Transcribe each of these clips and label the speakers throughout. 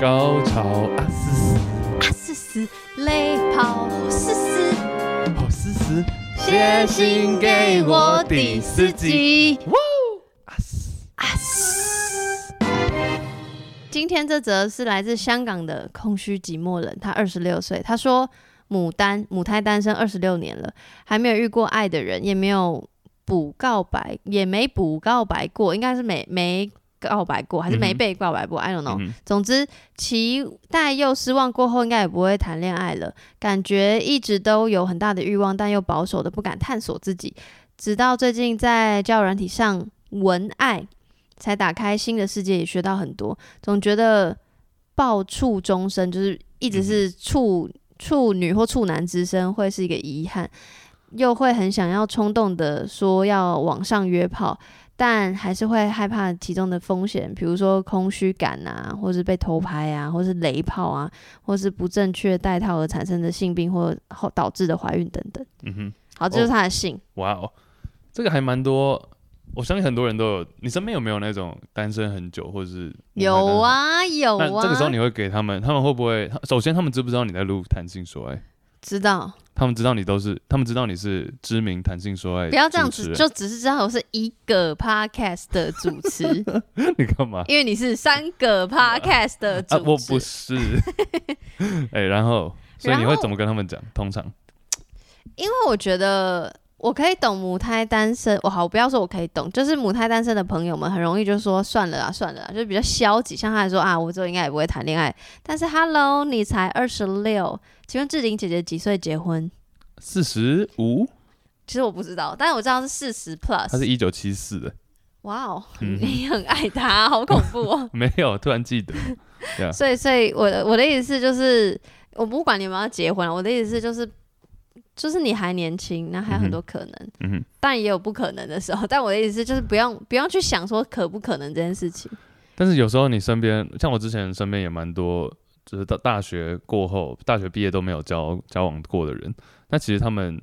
Speaker 1: 高潮啊嘶嘶，
Speaker 2: 啊嘶嘶，泪跑嘶嘶，
Speaker 1: 好嘶嘶，
Speaker 2: 写信给我第四集。
Speaker 1: 哇哦！
Speaker 2: 啊嘶！今天这则是来自香港的空虚寂寞人，他二十六岁，他说母单母胎单身二十六年了，还没有遇过爱的人，也没有补告白，也没补告白过，应该是没没告白过，还是
Speaker 1: 嗯
Speaker 2: 没
Speaker 1: 哼
Speaker 2: 被告白过、i don't know。
Speaker 1: 嗯
Speaker 2: 总之，期待又失望过后，应该也不会谈恋爱了。感觉一直都有很大的欲望，但又保守的不敢探索自己。直到最近在交友软体上文爱，才打开新的世界，也学到很多。总觉得抱处终身，就是一直是处、处女或处男之身，会是一个遗憾。又会很想要冲动的说要往上约炮，但还是会害怕其中的风险，比如说空虚感啊，或是被偷拍啊，或是雷炮啊，或是不正确带套而产生的性病或后导致的怀孕等等。
Speaker 1: 嗯哼，
Speaker 2: 好，这就是他的信。
Speaker 1: 哇哦，这个还蛮多。我相信很多人都有，你身边有没有那种单身很久，或者是
Speaker 2: 有？啊，有
Speaker 1: 那
Speaker 2: 啊。
Speaker 1: 这个时候你会给他们，他们会不会？首先，他们知不知道你在录谈性说爱？
Speaker 2: 知道，
Speaker 1: 他们知道你都是，他们知道你是知名谈性说爱主持人。
Speaker 2: 不要这样子，就只是知道我是一个 podcast 的主 持，
Speaker 1: 你干嘛？
Speaker 2: 因为你是三个 podcast 的主
Speaker 1: 啊，
Speaker 2: 持。
Speaker 1: 我不 是。哎、然后，所以你
Speaker 2: 然
Speaker 1: 会
Speaker 2: 后
Speaker 1: 怎么跟他们讲？通常，
Speaker 2: 因为我觉得我可以懂母胎单身，我好，我不要说我可以懂，就是母胎单身的朋友们很容易就说算了啦，算了啦，就是比较消极。像他来说啊，我之后应该也不会谈恋爱。但是，Hello，你才二十六，请问志玲姐姐几岁结婚？
Speaker 1: 四十五，
Speaker 2: 其实我不知道，但是我知道是四十 plus。
Speaker 1: 他是一九七四的，
Speaker 2: 哇哦，
Speaker 1: 嗯
Speaker 2: 你很爱他，好恐怖哦。
Speaker 1: 没有，突然记得，
Speaker 2: 所以，所以我的我的意思就是，我不管你有没有结婚啊，我的意思就是，就是你还年轻，那还有很多可能。
Speaker 1: 嗯哼，
Speaker 2: 但也有不可能的时候。但 我的意思就是不用不用去想说可不可能这件事情。
Speaker 1: 但是有时候你身边，像我之前身边也蛮多，就是到大学过后，大学毕业都没有交交往过的人，那其实他们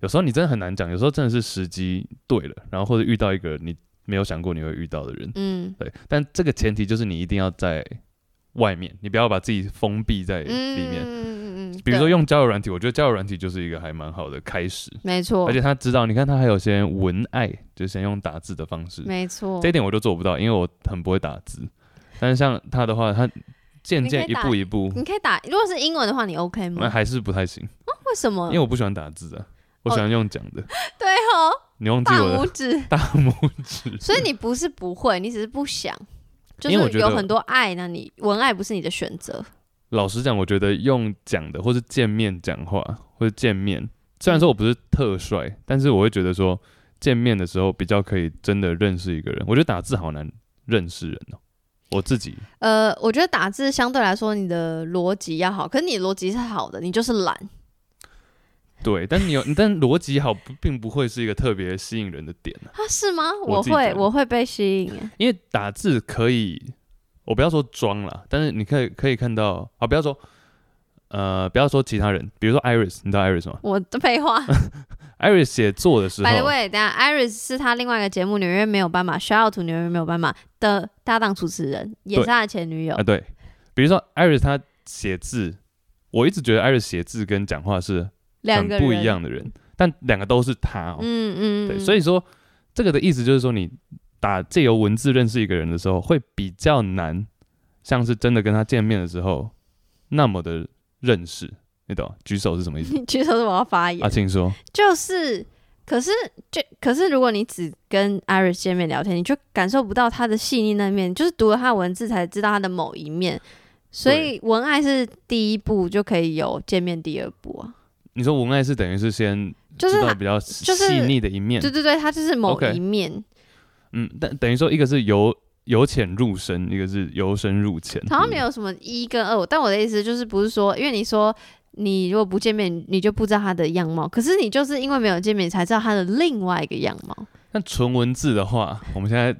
Speaker 1: 有时候你真的很难讲，有时候真的是时机对了，然后或者遇到一个你没有想过你会遇到的人，
Speaker 2: 嗯
Speaker 1: 对，但这个前提就是你一定要在外面，你不要把自己封闭在里面。
Speaker 2: 嗯嗯嗯，
Speaker 1: 比如说
Speaker 2: 对
Speaker 1: 用交友软体，我觉得交友软体就是一个还蛮好的开始，
Speaker 2: 没错
Speaker 1: 而，且他知道，你看他还有些文爱，就先用打字的方式，
Speaker 2: 没错
Speaker 1: 这一，点我就做不到，因为我很不会打字。但是像他的话，他渐渐一
Speaker 2: 你可以打
Speaker 1: 步一步，
Speaker 2: 你可以打，如果是英文的话，你 OK
Speaker 1: 那
Speaker 2: 吗？
Speaker 1: 还是不太行，
Speaker 2: 为什么
Speaker 1: 因为？我不喜欢打字
Speaker 2: 哦
Speaker 1: 啊，我喜欢用讲的。
Speaker 2: 对哦，
Speaker 1: 你忘记
Speaker 2: 大
Speaker 1: 我的
Speaker 2: 拇指。
Speaker 1: 大拇指？
Speaker 2: 所以你不是不会，你只是不想。就
Speaker 1: 因为我
Speaker 2: 是
Speaker 1: 觉得
Speaker 2: 有很多爱呢，你文爱不是你的选择，
Speaker 1: 老实讲，我觉得用讲的，或是见面讲话，或者见面，虽然说我不是特帅，但是我会觉得说，见面的时候比较可以真的认识一个人。我觉得打字好难认识人哦、我自己
Speaker 2: 呃，我觉得打字相对来说你的逻辑要好，可是你逻辑是好的，你就是懒，
Speaker 1: 对，但你有， 但逻辑好不并不会是一个特别吸引人的点啊，
Speaker 2: 啊，是吗？
Speaker 1: 我
Speaker 2: 我
Speaker 1: 自己觉
Speaker 2: 会
Speaker 1: 得
Speaker 2: 我会被吸引耶，
Speaker 1: 因为打字可以，我不要说装啦，但是你可以可以看到啊，不要说。呃，不要说其他人，比如说 Iris，你知道 Iris 吗
Speaker 2: 我的 废话。
Speaker 1: ？Iris 写作的时候
Speaker 2: By the way，等一下 Iris 是他另外一个节目《纽约没有斑马》，Shout out to 纽约没有斑马的搭档主持人，也是他的前女友
Speaker 1: 啊，。对，比如说 Iris 她写字，我一直觉得 Iris 写字跟讲话是
Speaker 2: 两
Speaker 1: 很
Speaker 2: 个人
Speaker 1: 不一。样的人，但两个都是她哦。
Speaker 2: 嗯嗯，
Speaker 1: 对，所以说这个的意思就是说，你打借由文字认识一个人的时候，会比较难，像是真的跟他见面的时候那么的认识，你懂？举手是什么意 思？
Speaker 2: 你举手是我要发言，
Speaker 1: 阿庆说，
Speaker 2: 就是，可是就可是，如果你只跟 Iris 见面聊天，你就感受不到他的细腻那面，就是读了他的文字才知道他的某一面。所以文爱是第一步，就可以有见面第二步啊，
Speaker 1: 你说文爱是等于是先
Speaker 2: 就是
Speaker 1: 知
Speaker 2: 他
Speaker 1: 道比较
Speaker 2: 就是
Speaker 1: 细腻的一面，
Speaker 2: 对对对，他就是某
Speaker 1: OK
Speaker 2: 一面。
Speaker 1: 嗯，但等于说一个是由由浅入深，一个是由深入浅，
Speaker 2: 好像
Speaker 1: 嗯
Speaker 2: 没有什么一跟二，但我的意思就是不是说，因为你说你如果不见面，你就不知道他的样貌，可是你就是因为没有见面，你才知道他的另外一个样貌。
Speaker 1: 那纯文字的话， 我们现在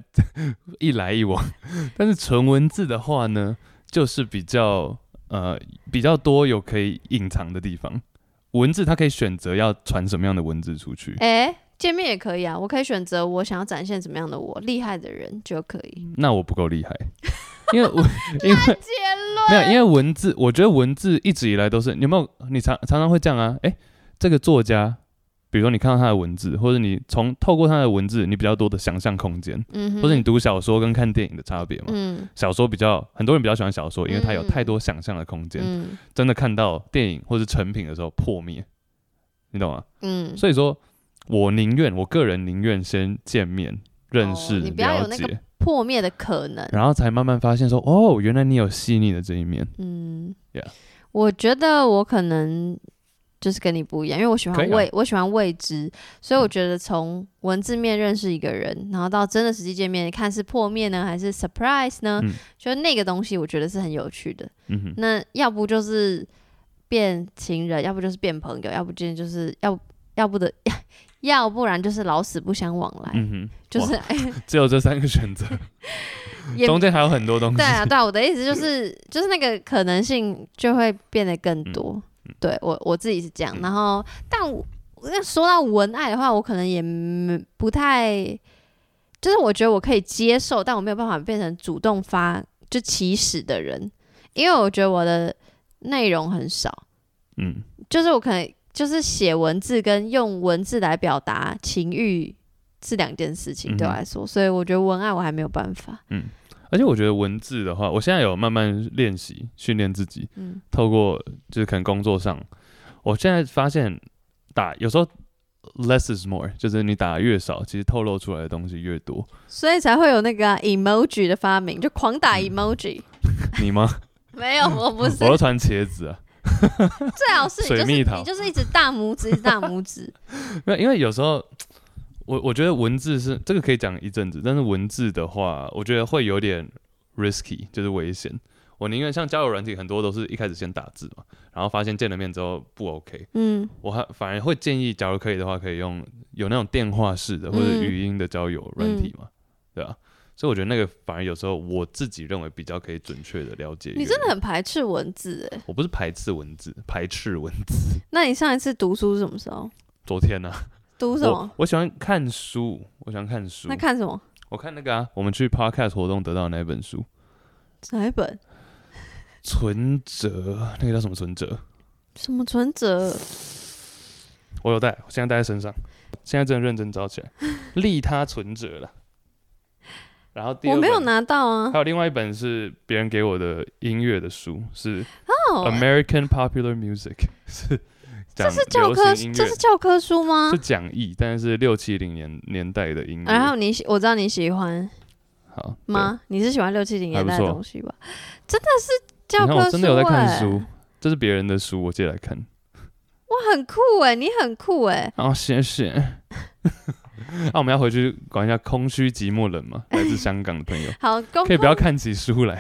Speaker 1: 一来一往， 但是纯文字的话呢，就是比较呃比较多有可以隐藏的地方。文字它可以选择要传什么样的文字出去。
Speaker 2: 诶，见面也可以啊，我可以选择我想要展现怎么样的我，厉害的人就可以。
Speaker 1: 那我不够厉害，因为我因为
Speaker 2: 结论
Speaker 1: 没有，因为文字，我觉得文字一直以来都是，你有没有？你常常常会这样啊？诶，这个作家，比如说你看到他的文字，或者你从透过他的文字，你比较多的想象空间，
Speaker 2: 嗯哼，
Speaker 1: 或者你读小说跟看电影的差别嘛。
Speaker 2: 嗯
Speaker 1: 小说比较很多人比较喜欢小说，因为它有
Speaker 2: 嗯
Speaker 1: 太多想象的空间，
Speaker 2: 嗯
Speaker 1: 真的看到电影或是成品的时候破灭，你懂吗？
Speaker 2: 嗯，
Speaker 1: 所以说我宁愿，我个人宁愿先见面认
Speaker 2: 哦
Speaker 1: 识、
Speaker 2: 你不要
Speaker 1: 了
Speaker 2: 有那个
Speaker 1: 解，
Speaker 2: 破灭的可能。
Speaker 1: 然后才慢慢发现说，哦，原来你有细腻的这一面。
Speaker 2: 嗯
Speaker 1: Yeah
Speaker 2: 我觉得我可能就是跟你不一样，因为我喜
Speaker 1: 可以
Speaker 2: 欢
Speaker 1: 啊嗯
Speaker 2: 未、我喜欢未知，所以我觉得从文字面认识一个人，然后到真的实际见面，看是破灭呢还是 surprise 呢，
Speaker 1: 嗯
Speaker 2: 就是那个东西，我觉得是很有趣的。
Speaker 1: 嗯哼，
Speaker 2: 那要不就是变情人，要不就是变朋友，要不今天就是要要不的， 要不然就是老死不相往来，
Speaker 1: 嗯
Speaker 2: 就是哎
Speaker 1: 哼，只有这三个选择，
Speaker 2: 也
Speaker 1: 中间还有很多东 西。
Speaker 2: 对啊，对啊，我的意思就是，就是那个可能性就会变得更多。
Speaker 1: 嗯
Speaker 2: 对我我自己是这样，然后但我那说到文爱的话，我可能也没不太，就是我觉得我可以接受，但我没有办法变成主动发就起始的人，因为我觉得我的内容很少，
Speaker 1: 嗯，
Speaker 2: 就是我可能就是写文字跟用文字来表达情欲是两件事情，对我
Speaker 1: 嗯哼
Speaker 2: 来说，所以我觉得文爱我还没有办法。
Speaker 1: 而且我觉得文字的话，我现在有慢慢练习训练自己，
Speaker 2: 嗯
Speaker 1: 透过就是可能工作上，我现在发现打有时候 less is more，就是你打越少，其实透露出来的东西越多。
Speaker 2: 所以才会有那个啊、emoji 的发明，就狂打 emoji。
Speaker 1: 你吗？
Speaker 2: 没有，我不是，
Speaker 1: 嗯我都传茄子啊，
Speaker 2: 最好是你就
Speaker 1: 水
Speaker 2: 是
Speaker 1: 蜜桃
Speaker 2: 你就是一直大拇指，一直大拇 指。
Speaker 1: 没有，因为有时候我我觉得文字是这个可以讲一阵子，但是文字的话，我觉得会有点 risky，就是危险。我宁愿像交友软体，很多都是一开始先打字嘛，然后发现见了面之后不 OK，
Speaker 2: 嗯
Speaker 1: 我还反而会建议，假如可以的话，可以用有那种电话式的或者
Speaker 2: 嗯
Speaker 1: 语音的交友软体嘛，对啊，所以我觉得那个反而有时候我自己认为比较可以准确的了解。
Speaker 2: 你真的，很排斥文字哎。
Speaker 1: 我不是排斥文字，排斥文字。
Speaker 2: 那你上一次读书是什么时候？
Speaker 1: 昨天呢、
Speaker 2: 读什
Speaker 1: 我
Speaker 2: 么？
Speaker 1: 我喜欢看书，我喜欢看书。
Speaker 2: 那看什么？
Speaker 1: 我看那个啊，我们去 podcast 活动得到的那本书，
Speaker 2: 哪一本？
Speaker 1: 存折，那个叫什么存折？
Speaker 2: 什么存折？
Speaker 1: 我有带，我现在带在身上，现在真的认真找起来，利他存折了。然后第二
Speaker 2: 我没有
Speaker 1: 本，
Speaker 2: 拿到 啊
Speaker 1: 还。有另外一本是别人给我的音乐的书，是
Speaker 2: 哦，
Speaker 1: American Popular Music，是这
Speaker 2: 这是教科，
Speaker 1: 流行音
Speaker 2: 这
Speaker 1: 乐
Speaker 2: 是，教科书吗
Speaker 1: 是？讲义，但是六七零年年代的音乐。
Speaker 2: 然后你喜，我知道你喜欢
Speaker 1: 好对
Speaker 2: 吗？你是喜欢六七零年代
Speaker 1: 还
Speaker 2: 的
Speaker 1: 不错
Speaker 2: 东西吧？真的是教
Speaker 1: 你看
Speaker 2: 科书
Speaker 1: 我
Speaker 2: 哎，
Speaker 1: 真的有在看书，这是别人的书，我借来 看。
Speaker 2: 哇，很酷哎，你很酷哎。
Speaker 1: 哦，谢谢。 那、我们要回去管一下空虚、寂寞、冷 嘛，来自香港的朋友，
Speaker 2: 好，公
Speaker 1: 可以不要看起书 来。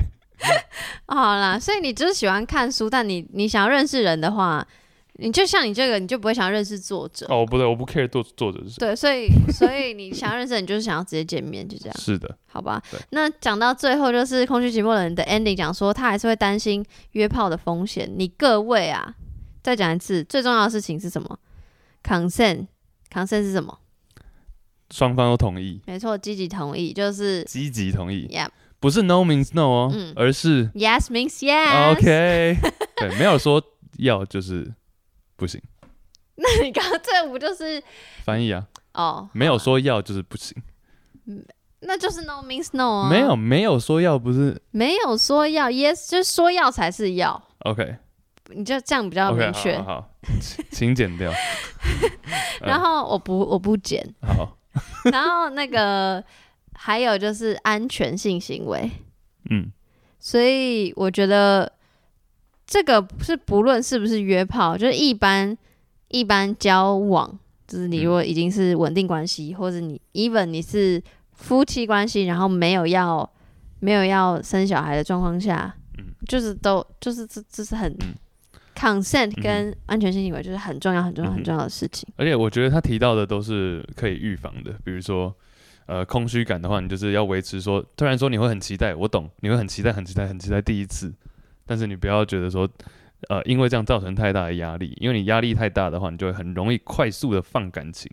Speaker 2: 哦好啦，所以你就是喜欢看书，但你你想要认识人的话，你就像你这个，你就不会想要认识作者。
Speaker 1: 哦，不对，我不 care 作作者是谁。
Speaker 2: 对，所以所以你想要认识人，你就是想要直接见面，就这样，
Speaker 1: 是的，
Speaker 2: 好吧
Speaker 1: 对？
Speaker 2: 那讲到最后，就是空虚寂寞冷的 ending 讲说，他还是会担心约炮的风险。你各位啊，再讲一次，最重要的事情是什么？consent，consent 是什么？
Speaker 1: 双方都同意，
Speaker 2: 没错，积极同意，就是
Speaker 1: 积极同意，
Speaker 2: yeah
Speaker 1: 不是 no means no 哦，
Speaker 2: 嗯
Speaker 1: 而是
Speaker 2: yes means yes。
Speaker 1: OK。对，没有说要就是不行，
Speaker 2: 那 你刚刚这不就是
Speaker 1: 翻译啊，
Speaker 2: 哦？
Speaker 1: 没有说要就是不行，
Speaker 2: 那就是 no means no 啊。
Speaker 1: 没有没有说要不是
Speaker 2: 没有说要，yes 就是说要才是要，
Speaker 1: OK
Speaker 2: 你就这样比较明
Speaker 1: OK
Speaker 2: 确。
Speaker 1: 好好嗯好，请请剪掉，
Speaker 2: 然后我不我不减，
Speaker 1: 好，
Speaker 2: 然后那个还有就是安全性行为，
Speaker 1: 嗯
Speaker 2: 所以我觉得这个是不论是不是约炮，就是一般一般交往，就是
Speaker 1: 嗯
Speaker 2: 你如果已经是稳定关系，或者你 even 你是夫妻关系，然后没有要没有要生小孩的状况下，
Speaker 1: 嗯
Speaker 2: 就是都就是这这是很
Speaker 1: 嗯
Speaker 2: consent
Speaker 1: 哼
Speaker 2: 跟安全性行为就是很重要很重要
Speaker 1: 嗯哼
Speaker 2: 很重要的事情。
Speaker 1: 而且我觉得他提到的都是可以预防的，比如说，呃，空虚感的话，你就是要维持说，突然说你会很期待，我懂，你会很期待、很期待、很期待第一次，但是你不要觉得说，呃，因为这样造成太大的压力，因为你压力太大的话，你就会很容易快速的放感情，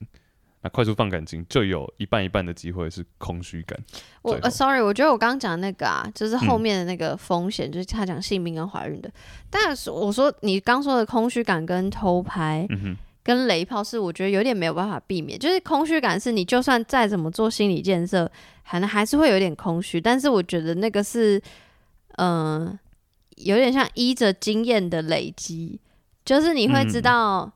Speaker 1: 那快速放感情就有一半一半的机会是空虚感。
Speaker 2: 我
Speaker 1: 最后
Speaker 2: 呃，sorry，我觉得我刚刚讲那个啊，就是后
Speaker 1: 嗯
Speaker 2: 面的那个风险，就是他讲性病跟怀孕的。但是我说你刚说的空虚感跟偷拍、
Speaker 1: 嗯哼，
Speaker 2: 跟雷炮是，我觉得有点没有办法避免。就是空虚感是你就算再怎么做心理建设，可能还是会有点空虚。但是我觉得那个是，嗯、有点像依着经验的累积，就是你会知
Speaker 1: 嗯
Speaker 2: 道。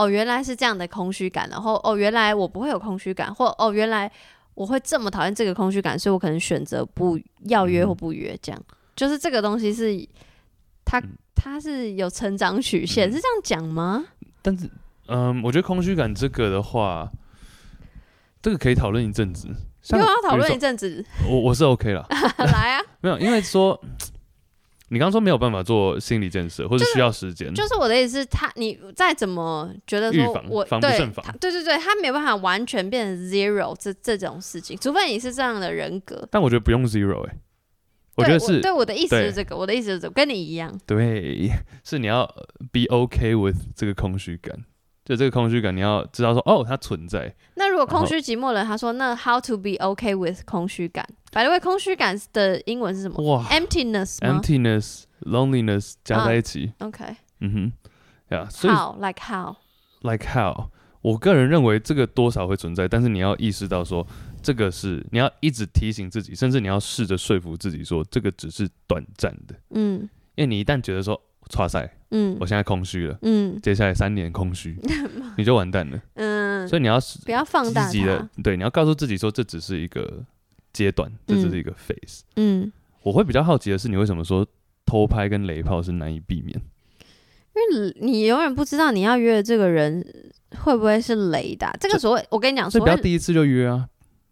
Speaker 2: 哦，原来是这样的空虚感，然后哦，原来我不会有空虚感，或哦，原来我会这么讨厌这个空虚感，所以我可能选择不要
Speaker 1: 嗯
Speaker 2: 约或不约，这样、就是这个东西是它它是有成长曲线，
Speaker 1: 嗯
Speaker 2: 是这样讲吗？
Speaker 1: 但是嗯，我觉得空虚感这个的话，这个可以讨论一阵子。
Speaker 2: 又
Speaker 1: 像
Speaker 2: 要啊讨
Speaker 1: 比如
Speaker 2: 论
Speaker 1: 说嗯
Speaker 2: 一阵子，
Speaker 1: 我我是 OK 啦，
Speaker 2: 来啊！
Speaker 1: 没有，因为说你刚刚说没有办法做心理建设，或者需要时间，
Speaker 2: 就是我的意思是，他你再怎么觉得说
Speaker 1: 预防
Speaker 2: 我
Speaker 1: 防不
Speaker 2: 对
Speaker 1: 胜防
Speaker 2: 他对对对，他没有办法完全变成 zero 这这种事情，除非你是这样的人格。
Speaker 1: 但我觉得不用 zero 哎、我
Speaker 2: 对
Speaker 1: 觉得是
Speaker 2: 对我的意思
Speaker 1: 对
Speaker 2: 是这个，我的意思是这个，跟你一样。
Speaker 1: 对， 是你要呃 be OK with 这个空虚感，就这个空虚感你要知道说哦它存在，
Speaker 2: 那如果
Speaker 1: 然
Speaker 2: 空
Speaker 1: 后
Speaker 2: 虚寂寞了，他说那 how to be okay with 空虚感？by the way，空虚感的英文是什么
Speaker 1: 哇
Speaker 2: ？emptiness 吗啊
Speaker 1: ，emptiness loneliness 加在一起，
Speaker 2: ？OK，
Speaker 1: 嗯哼，呀、所以
Speaker 2: 好，like how？
Speaker 1: like how，我个人认为这个多少会存在，但是你要意识到说，这个是你要一直提醒自己，甚至你要试着说服自己说，这个只是短暂的，
Speaker 2: 嗯
Speaker 1: 因为你一旦觉得说，哇塞，
Speaker 2: 嗯
Speaker 1: 我现在空虚了，
Speaker 2: 嗯
Speaker 1: 接下来三年空 虚，你就完蛋了。
Speaker 2: 嗯，
Speaker 1: 所以你要是
Speaker 2: 不要放大
Speaker 1: 积极的
Speaker 2: 它。，
Speaker 1: 对，你要告诉自己说，这只是一个阶段，这只是一个 phase。
Speaker 2: 嗯，
Speaker 1: 我会比较好奇的是，你为什么说偷拍跟雷炮是难以避免？
Speaker 2: 因为你永远不知道你要约的这个人会不会是雷达。这个
Speaker 1: 这
Speaker 2: 所谓，我跟你讲，
Speaker 1: 所以
Speaker 2: 哦所
Speaker 1: 不要
Speaker 2: 谓。
Speaker 1: 第一次就约啊，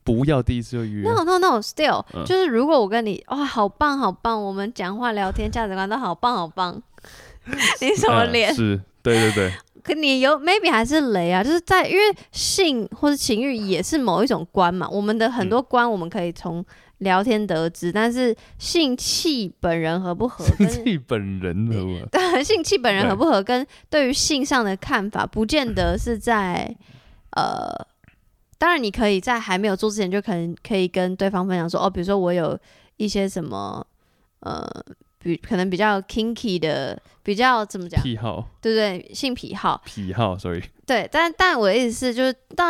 Speaker 1: 不要第一次就约。啊
Speaker 2: No no no，still，、
Speaker 1: 嗯
Speaker 2: 就是如果我跟你哇，好棒好棒，我们讲话聊天价值观都好棒 好棒，你什么
Speaker 1: 嗯
Speaker 2: 脸？
Speaker 1: 是，对对对。
Speaker 2: 可你有 maybe 还是雷啊，就是在因为性或是情欲也是某一种观嘛，我们的很多观我们可以从聊天得知，但是性气本人合不合
Speaker 1: 自
Speaker 2: 跟
Speaker 1: 己本人的我，
Speaker 2: 哦对性气本人
Speaker 1: 对
Speaker 2: 合不合跟对于性上的看法，不见得是在呃，当然你可以在还没有做之前就可能可以跟对方分享说，哦，比如说我有一些什么呃，比可能比较 kinky 的，比较怎么讲，
Speaker 1: 癖好
Speaker 2: 对不对？性癖好，
Speaker 1: 癖好，sorry，
Speaker 2: 对，但但我的意思是，就是到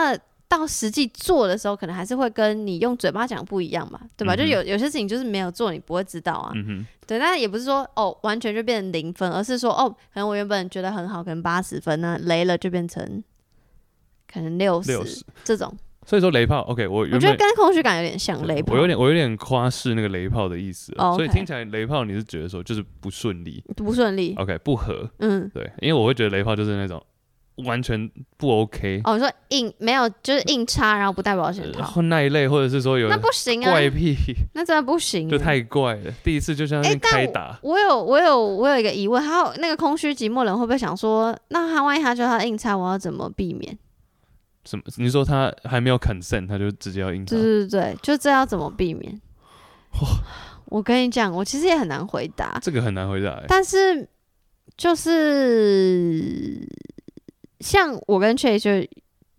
Speaker 2: 到实际做的时候，可能还是会跟你用嘴巴讲不一样嘛，对
Speaker 1: 嗯
Speaker 2: 吧？
Speaker 1: 哼
Speaker 2: 就有有些事情就是没有做，你不会知道啊。
Speaker 1: 嗯
Speaker 2: 对，但也不是说哦完全就变成零分，而是说哦，可能我原本觉得很好，可能八十分，那雷了就变成可能六
Speaker 1: 哼，六十
Speaker 2: 十。这种。
Speaker 1: 所以说雷炮，OK，我
Speaker 2: 我
Speaker 1: 原
Speaker 2: 觉得
Speaker 1: 本
Speaker 2: 跟空虚感有点像
Speaker 1: 对
Speaker 2: 雷炮，
Speaker 1: 我有点我有点夸饰那个雷炮的意思了
Speaker 2: 哦，OK
Speaker 1: 所以听起来雷炮你是觉得说就是不顺利
Speaker 2: 不顺利。
Speaker 1: ，OK，不合，
Speaker 2: 嗯，
Speaker 1: 对，因为我会觉得雷炮就是那种完全不 OK，
Speaker 2: 哦，你说硬没有就是硬插，然后不戴保险
Speaker 1: 呃
Speaker 2: 套，
Speaker 1: 或那一类，或者是说有
Speaker 2: 那不行啊，
Speaker 1: 怪癖，
Speaker 2: 那真的不行、
Speaker 1: 就
Speaker 2: 啊。
Speaker 1: 太怪了，第一次就像
Speaker 2: 哎
Speaker 1: 那
Speaker 2: 但
Speaker 1: 开打，
Speaker 2: 我有我有我有一个疑问，还有那个空虚寂寞人会不会想说，那他万一他叫他硬插，我要怎么避免？
Speaker 1: 什么？你说他还没有 consent，他就直接要硬插
Speaker 2: 对，对对，对就这要怎么避免？我跟你讲，我其实也很难回答，
Speaker 1: 这个很难回答，哎
Speaker 2: 但是就是像我跟 Chase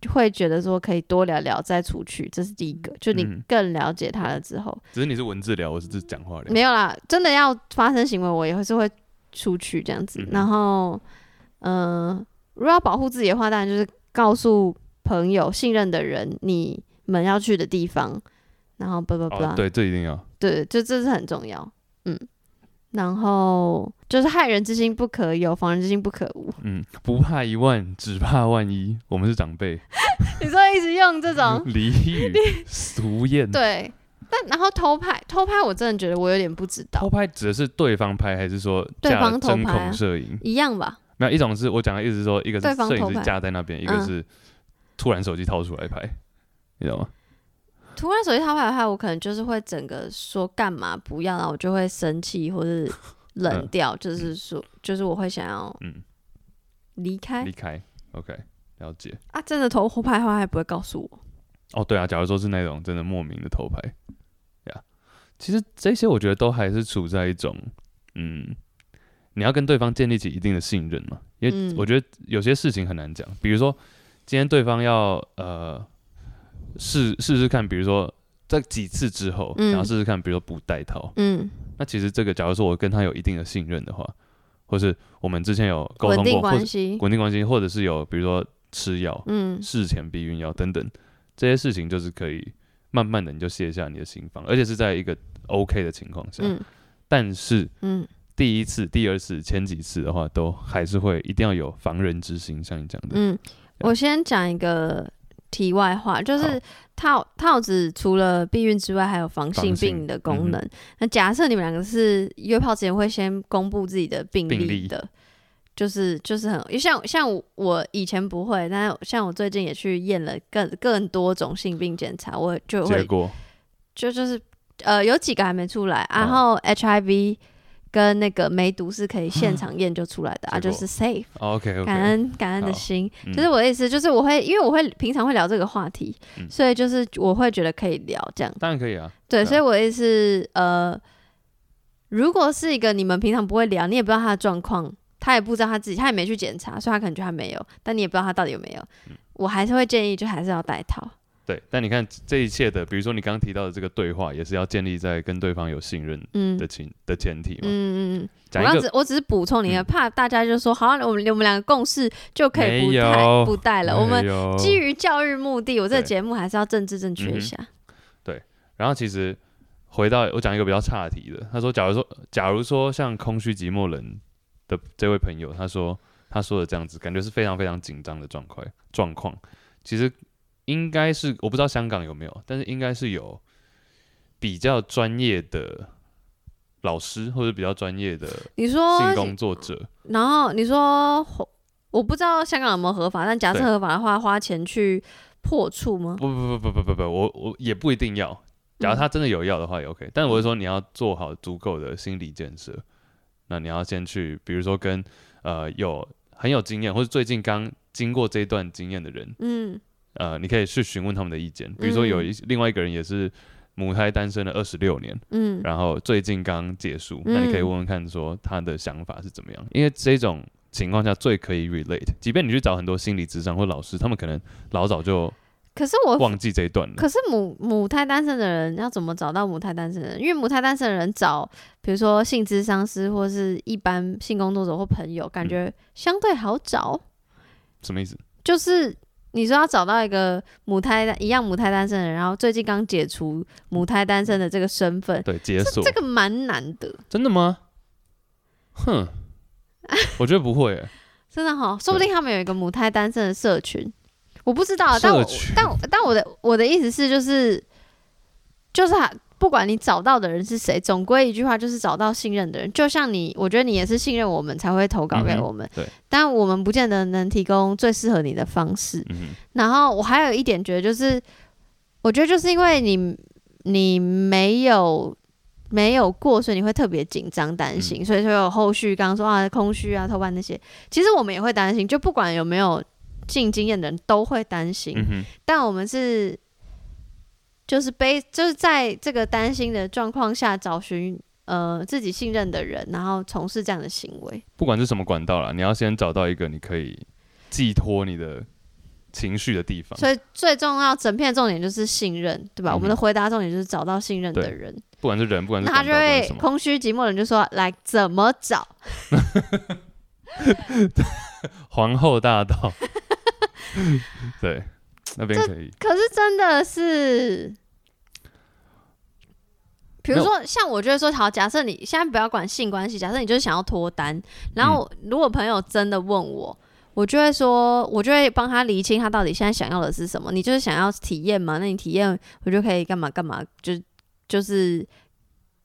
Speaker 2: 就会觉得说可以多聊聊再出去，这是第一个，就你
Speaker 1: 嗯
Speaker 2: 更了解他了之后，
Speaker 1: 只是你是文字聊，我是只讲话聊，
Speaker 2: 没有啦，真的要发生行为，我也会是会出去这样子。
Speaker 1: 嗯哼
Speaker 2: 然后，嗯、如果要保护自己的话，当然就是告诉朋友、信任的人你们要去的地方，然后叭叭
Speaker 1: 哦
Speaker 2: 叭，，
Speaker 1: 对，这一定要，
Speaker 2: 对，就这是很重要，嗯。然后就是害人之心不可有，防人之心不可无。
Speaker 1: 嗯，不怕一万，只怕万一。我们是长辈，，
Speaker 2: 你说一直用这种
Speaker 1: 俚 语、俗谚。
Speaker 2: 啊对，啊但然后偷拍，偷拍我真的觉得我有点不知道
Speaker 1: 偷，拍指的是对方拍，还是说
Speaker 2: 对
Speaker 1: 架
Speaker 2: 方偷
Speaker 1: 针
Speaker 2: 拍啊
Speaker 1: 孔摄影？
Speaker 2: 一样吧？
Speaker 1: 没有，一种是我讲的意思是说，一个
Speaker 2: 对
Speaker 1: 是
Speaker 2: 方
Speaker 1: 摄影
Speaker 2: 偷
Speaker 1: 师
Speaker 2: 拍
Speaker 1: 架在那边，一个
Speaker 2: 嗯
Speaker 1: 是突然手机掏出来拍，你知道吗？
Speaker 2: 突然手机掏牌的话，我可能就是会整个说干嘛不要，然后我就会生气或是冷掉，就是说，就是我会想要
Speaker 1: 嗯
Speaker 2: 离开
Speaker 1: 离开，OK，了解。
Speaker 2: 啊。真的偷拍的话，还不会告诉我。
Speaker 1: 哦，对啊，假如说是那种真的莫名的偷拍，呀、其实这些我觉得都还是处在一种，嗯，你要跟对方建立起一定的信任嘛，因为
Speaker 2: 嗯
Speaker 1: 我觉得有些事情很难讲，比如说今天对方要呃试试试看，比如说在几次之后，
Speaker 2: 嗯
Speaker 1: 然后试试看，比如说不戴套，
Speaker 2: 嗯，
Speaker 1: 那其实这个，假如说我跟他有一定的信任的话，或是我们之前有沟
Speaker 2: 稳
Speaker 1: 通
Speaker 2: 定
Speaker 1: 过，啊或
Speaker 2: 关
Speaker 1: 者
Speaker 2: 系，
Speaker 1: 稳定关系，或者是有比如说吃药、
Speaker 2: 嗯
Speaker 1: 事前避孕药等等这些事情，就是可以慢慢的你就卸下你的心防，而且是在一个 OK 的情况下。
Speaker 2: 嗯
Speaker 1: 但是
Speaker 2: 嗯，
Speaker 1: 第一次、第二次、前几次的话，都还是会一定要有防人之心，像你讲的，
Speaker 2: 嗯，我先讲一个题外话，就是套套子除了避孕之外，还有防性
Speaker 1: 防性
Speaker 2: 病的
Speaker 1: 嗯
Speaker 2: 功能。那假设你们两个是约炮之前会先公布自己的病
Speaker 1: 病
Speaker 2: 历
Speaker 1: 历
Speaker 2: 的。就是就是很像像我以前不会，但是像我最近也去验了更更多种性病检查，我就
Speaker 1: 结
Speaker 2: 会
Speaker 1: 果
Speaker 2: 就就是呃有几个还没出来，
Speaker 1: 啊
Speaker 2: 然后 HIV 跟那个梅毒是可以 现场验就出来的啊，
Speaker 1: 结
Speaker 2: 就
Speaker 1: 果
Speaker 2: 是 safe。
Speaker 1: OK
Speaker 2: 感
Speaker 1: OK，
Speaker 2: 恩感恩的
Speaker 1: 好
Speaker 2: 心，
Speaker 1: 嗯
Speaker 2: 就是我的意思，就是我会因为我会平常会聊这个话题，
Speaker 1: 嗯
Speaker 2: 所以就是我会觉得可以聊这样。
Speaker 1: 当然可以啊，对
Speaker 2: 对，
Speaker 1: 啊
Speaker 2: 所以我的意思，呃，如果是一个你们平常不会聊，你也不知道他的状况，他也不知道他自己，他也没去检查，所以他可能觉得他没有，但你也不知道他到底有没有。
Speaker 1: 嗯
Speaker 2: 我还是会建议，就还是要戴套。
Speaker 1: 对。但你看这一切的，比如说你刚刚提到的这个对话，也是要建立在跟对方有信任
Speaker 2: 嗯
Speaker 1: 的情、的前提嘛。
Speaker 2: 嗯嗯嗯，我
Speaker 1: 哦讲一
Speaker 2: 刚
Speaker 1: 个
Speaker 2: 只我只是补充你的，啊怕大家就说好，我们我们两个共识就可以不
Speaker 1: 没有
Speaker 2: 戴不戴了。我
Speaker 1: 哎
Speaker 2: 们
Speaker 1: 呦
Speaker 2: 基于教育目的，我这个
Speaker 1: 对嗯
Speaker 2: 节目还是要政治正确一下。
Speaker 1: 然后其实回到我讲一个比较差题的，他说，假如说，假如说像空虚寂寞冷的这位朋友，他说他说的这样子，感觉是非常非常紧张的状况状况。其实应该是我不知道香港有没有，但是应该是有比较专业的老师或者比较专业的
Speaker 2: 你说
Speaker 1: 性工作者，
Speaker 2: 然后你说，我不知道香港有没有合法，但假设
Speaker 1: 对
Speaker 2: 合法的话，花钱去破处吗？
Speaker 1: 不不不不不不不，我我也不一定要。假如
Speaker 2: 嗯
Speaker 1: 他真的有要的话，也 OK。但我是说，你要做好足够的心理建设。那你要先去，比如说跟呃有很有经验，或者最近刚经过这一段经验的人，
Speaker 2: 嗯
Speaker 1: 呃，你可以去询问他们的意见。比如说有一、另外一个人也是母胎单身了二十六年，
Speaker 2: 嗯
Speaker 1: 然后最近刚结束，那你可以
Speaker 2: 嗯
Speaker 1: 问问看说他的想法是怎么样，因为这种情况下最可以 relate。即便你去找很多心理咨商或老师，他们可能老早就
Speaker 2: 可哦是我，
Speaker 1: 忘记这一段了。
Speaker 2: 可是母母胎单身的人要怎么找到母胎单身的人？因为母胎单身的人找，比如说性咨商师或是一般性工作者或朋友，
Speaker 1: 嗯
Speaker 2: 感觉相对好找。
Speaker 1: 什么意思？
Speaker 2: 就是你说要找到一个母胎一样母胎单身的人，然后最近刚解除母胎单身的这个身份，
Speaker 1: 对，解锁
Speaker 2: 这个蛮难的。
Speaker 1: 真的吗？哼， 我觉得不会欸。
Speaker 2: 真的哈、说不定他们有一个母胎单身的社群，我不知道啊。但我
Speaker 1: 社群
Speaker 2: 但我但我的我的意思是，就是就是他不管你找到的人是谁，总归一句话就是找到信任的人。就像你，我觉得你也是信任我们才会投稿给
Speaker 1: 嗯哼
Speaker 2: 我们，
Speaker 1: 对
Speaker 2: 但我们不见得能提供最适合你的方式。
Speaker 1: 嗯
Speaker 2: 然后我还有一点觉得，就是我觉得就是因为你你没有没有过，所以你会特别紧张担
Speaker 1: 嗯
Speaker 2: 心，所以说有后续刚刚说啊空虚啊偷伴那些，其实我们也会担心，就不管有没有性经验的人都会担心，
Speaker 1: 哼，嗯
Speaker 2: 但我们是就是背就是在这个担心的状况下找寻。呃，自己信任的人，然后从事这样的行为
Speaker 1: 哼，，不管是什么管道啦，你要先找到一个你可以寄托你的情绪的地方。
Speaker 2: 所以最重要，整片的重点就是信任，对
Speaker 1: 嗯
Speaker 2: 吧？
Speaker 1: 哼
Speaker 2: 我们的回答重点就是找到信任的
Speaker 1: 对
Speaker 2: 人。
Speaker 1: 不管是人，不管是
Speaker 2: 那他
Speaker 1: 管
Speaker 2: 就
Speaker 1: 道，不管
Speaker 2: 会
Speaker 1: 是什么，
Speaker 2: 空虚寂寞冷，就说来怎么找？
Speaker 1: 皇后大 道。对，那边可以。
Speaker 2: 可是真的是，比如说像我就会说，好，假设你现在不要管性关系，假设你就是想要脱单，然后我如果朋友真的问我。我就会说，我就会帮他厘清他到底现在想要的是什么。你就是想要体验嘛？那你体验，我就可以干嘛干嘛，就就是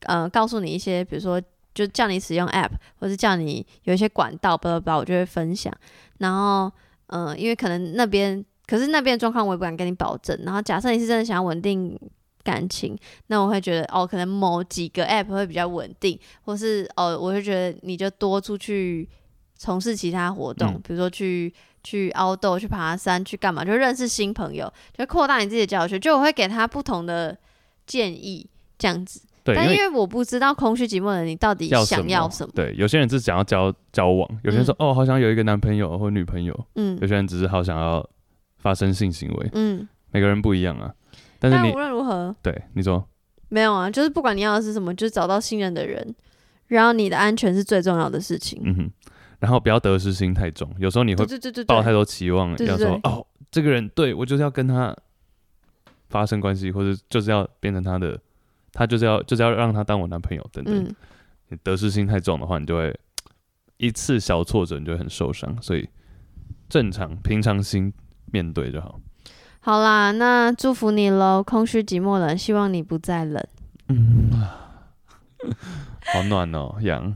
Speaker 2: 呃，告诉你一些，比如说，就叫你使用 app，或是叫你有一些管道，叭叭叭，我就会分享。然后，嗯、因为可能那边，可是那边的状况我也不敢跟你保证。然后，假设你是真的想要稳定感情，那我会觉得哦，可能某几个 app 会比较稳定，或是哦，我会觉得你就多出去从事其他活动，
Speaker 1: 嗯
Speaker 2: 比如说去。去凹豆、去爬山、去干嘛，就认识新朋友，就扩大你自己的交友圈。就我会给他不同的建议，这样子。
Speaker 1: 对，
Speaker 2: 但因
Speaker 1: 为
Speaker 2: 为我不知道空虚寂寞的你到底
Speaker 1: 要
Speaker 2: 想要什么，
Speaker 1: 对，有些人是想要交交往，有些人说、哦，好想有一个男朋友或女朋友，
Speaker 2: 嗯
Speaker 1: 有些人只是好想要发生性行为，
Speaker 2: 嗯，
Speaker 1: 每个人不一样啊。但是
Speaker 2: 但
Speaker 1: 你
Speaker 2: 无论如何，
Speaker 1: 对你说，
Speaker 2: 没有啊，就是不管你要的是什么，就是找到信任的人，然后你的安全是最重要的事情。
Speaker 1: 嗯哼，然后不要得失心太重，有时候你会
Speaker 2: 对对对对
Speaker 1: 抱
Speaker 2: 对
Speaker 1: 太多期望，
Speaker 2: 对对
Speaker 1: 要说
Speaker 2: 对
Speaker 1: 哦，这个人对我就是要跟他发生关系，或者就是要变成他的，他就是要就是要让他当我男朋友等等。
Speaker 2: 嗯，
Speaker 1: 你得失心太重的话，你就会一次小挫折你就会很受伤，所以正常平常心面对就好。
Speaker 2: 好啦，那祝福你喽，空虚寂嗯寞冷，希望你不再冷。
Speaker 1: 好暖哦，羊。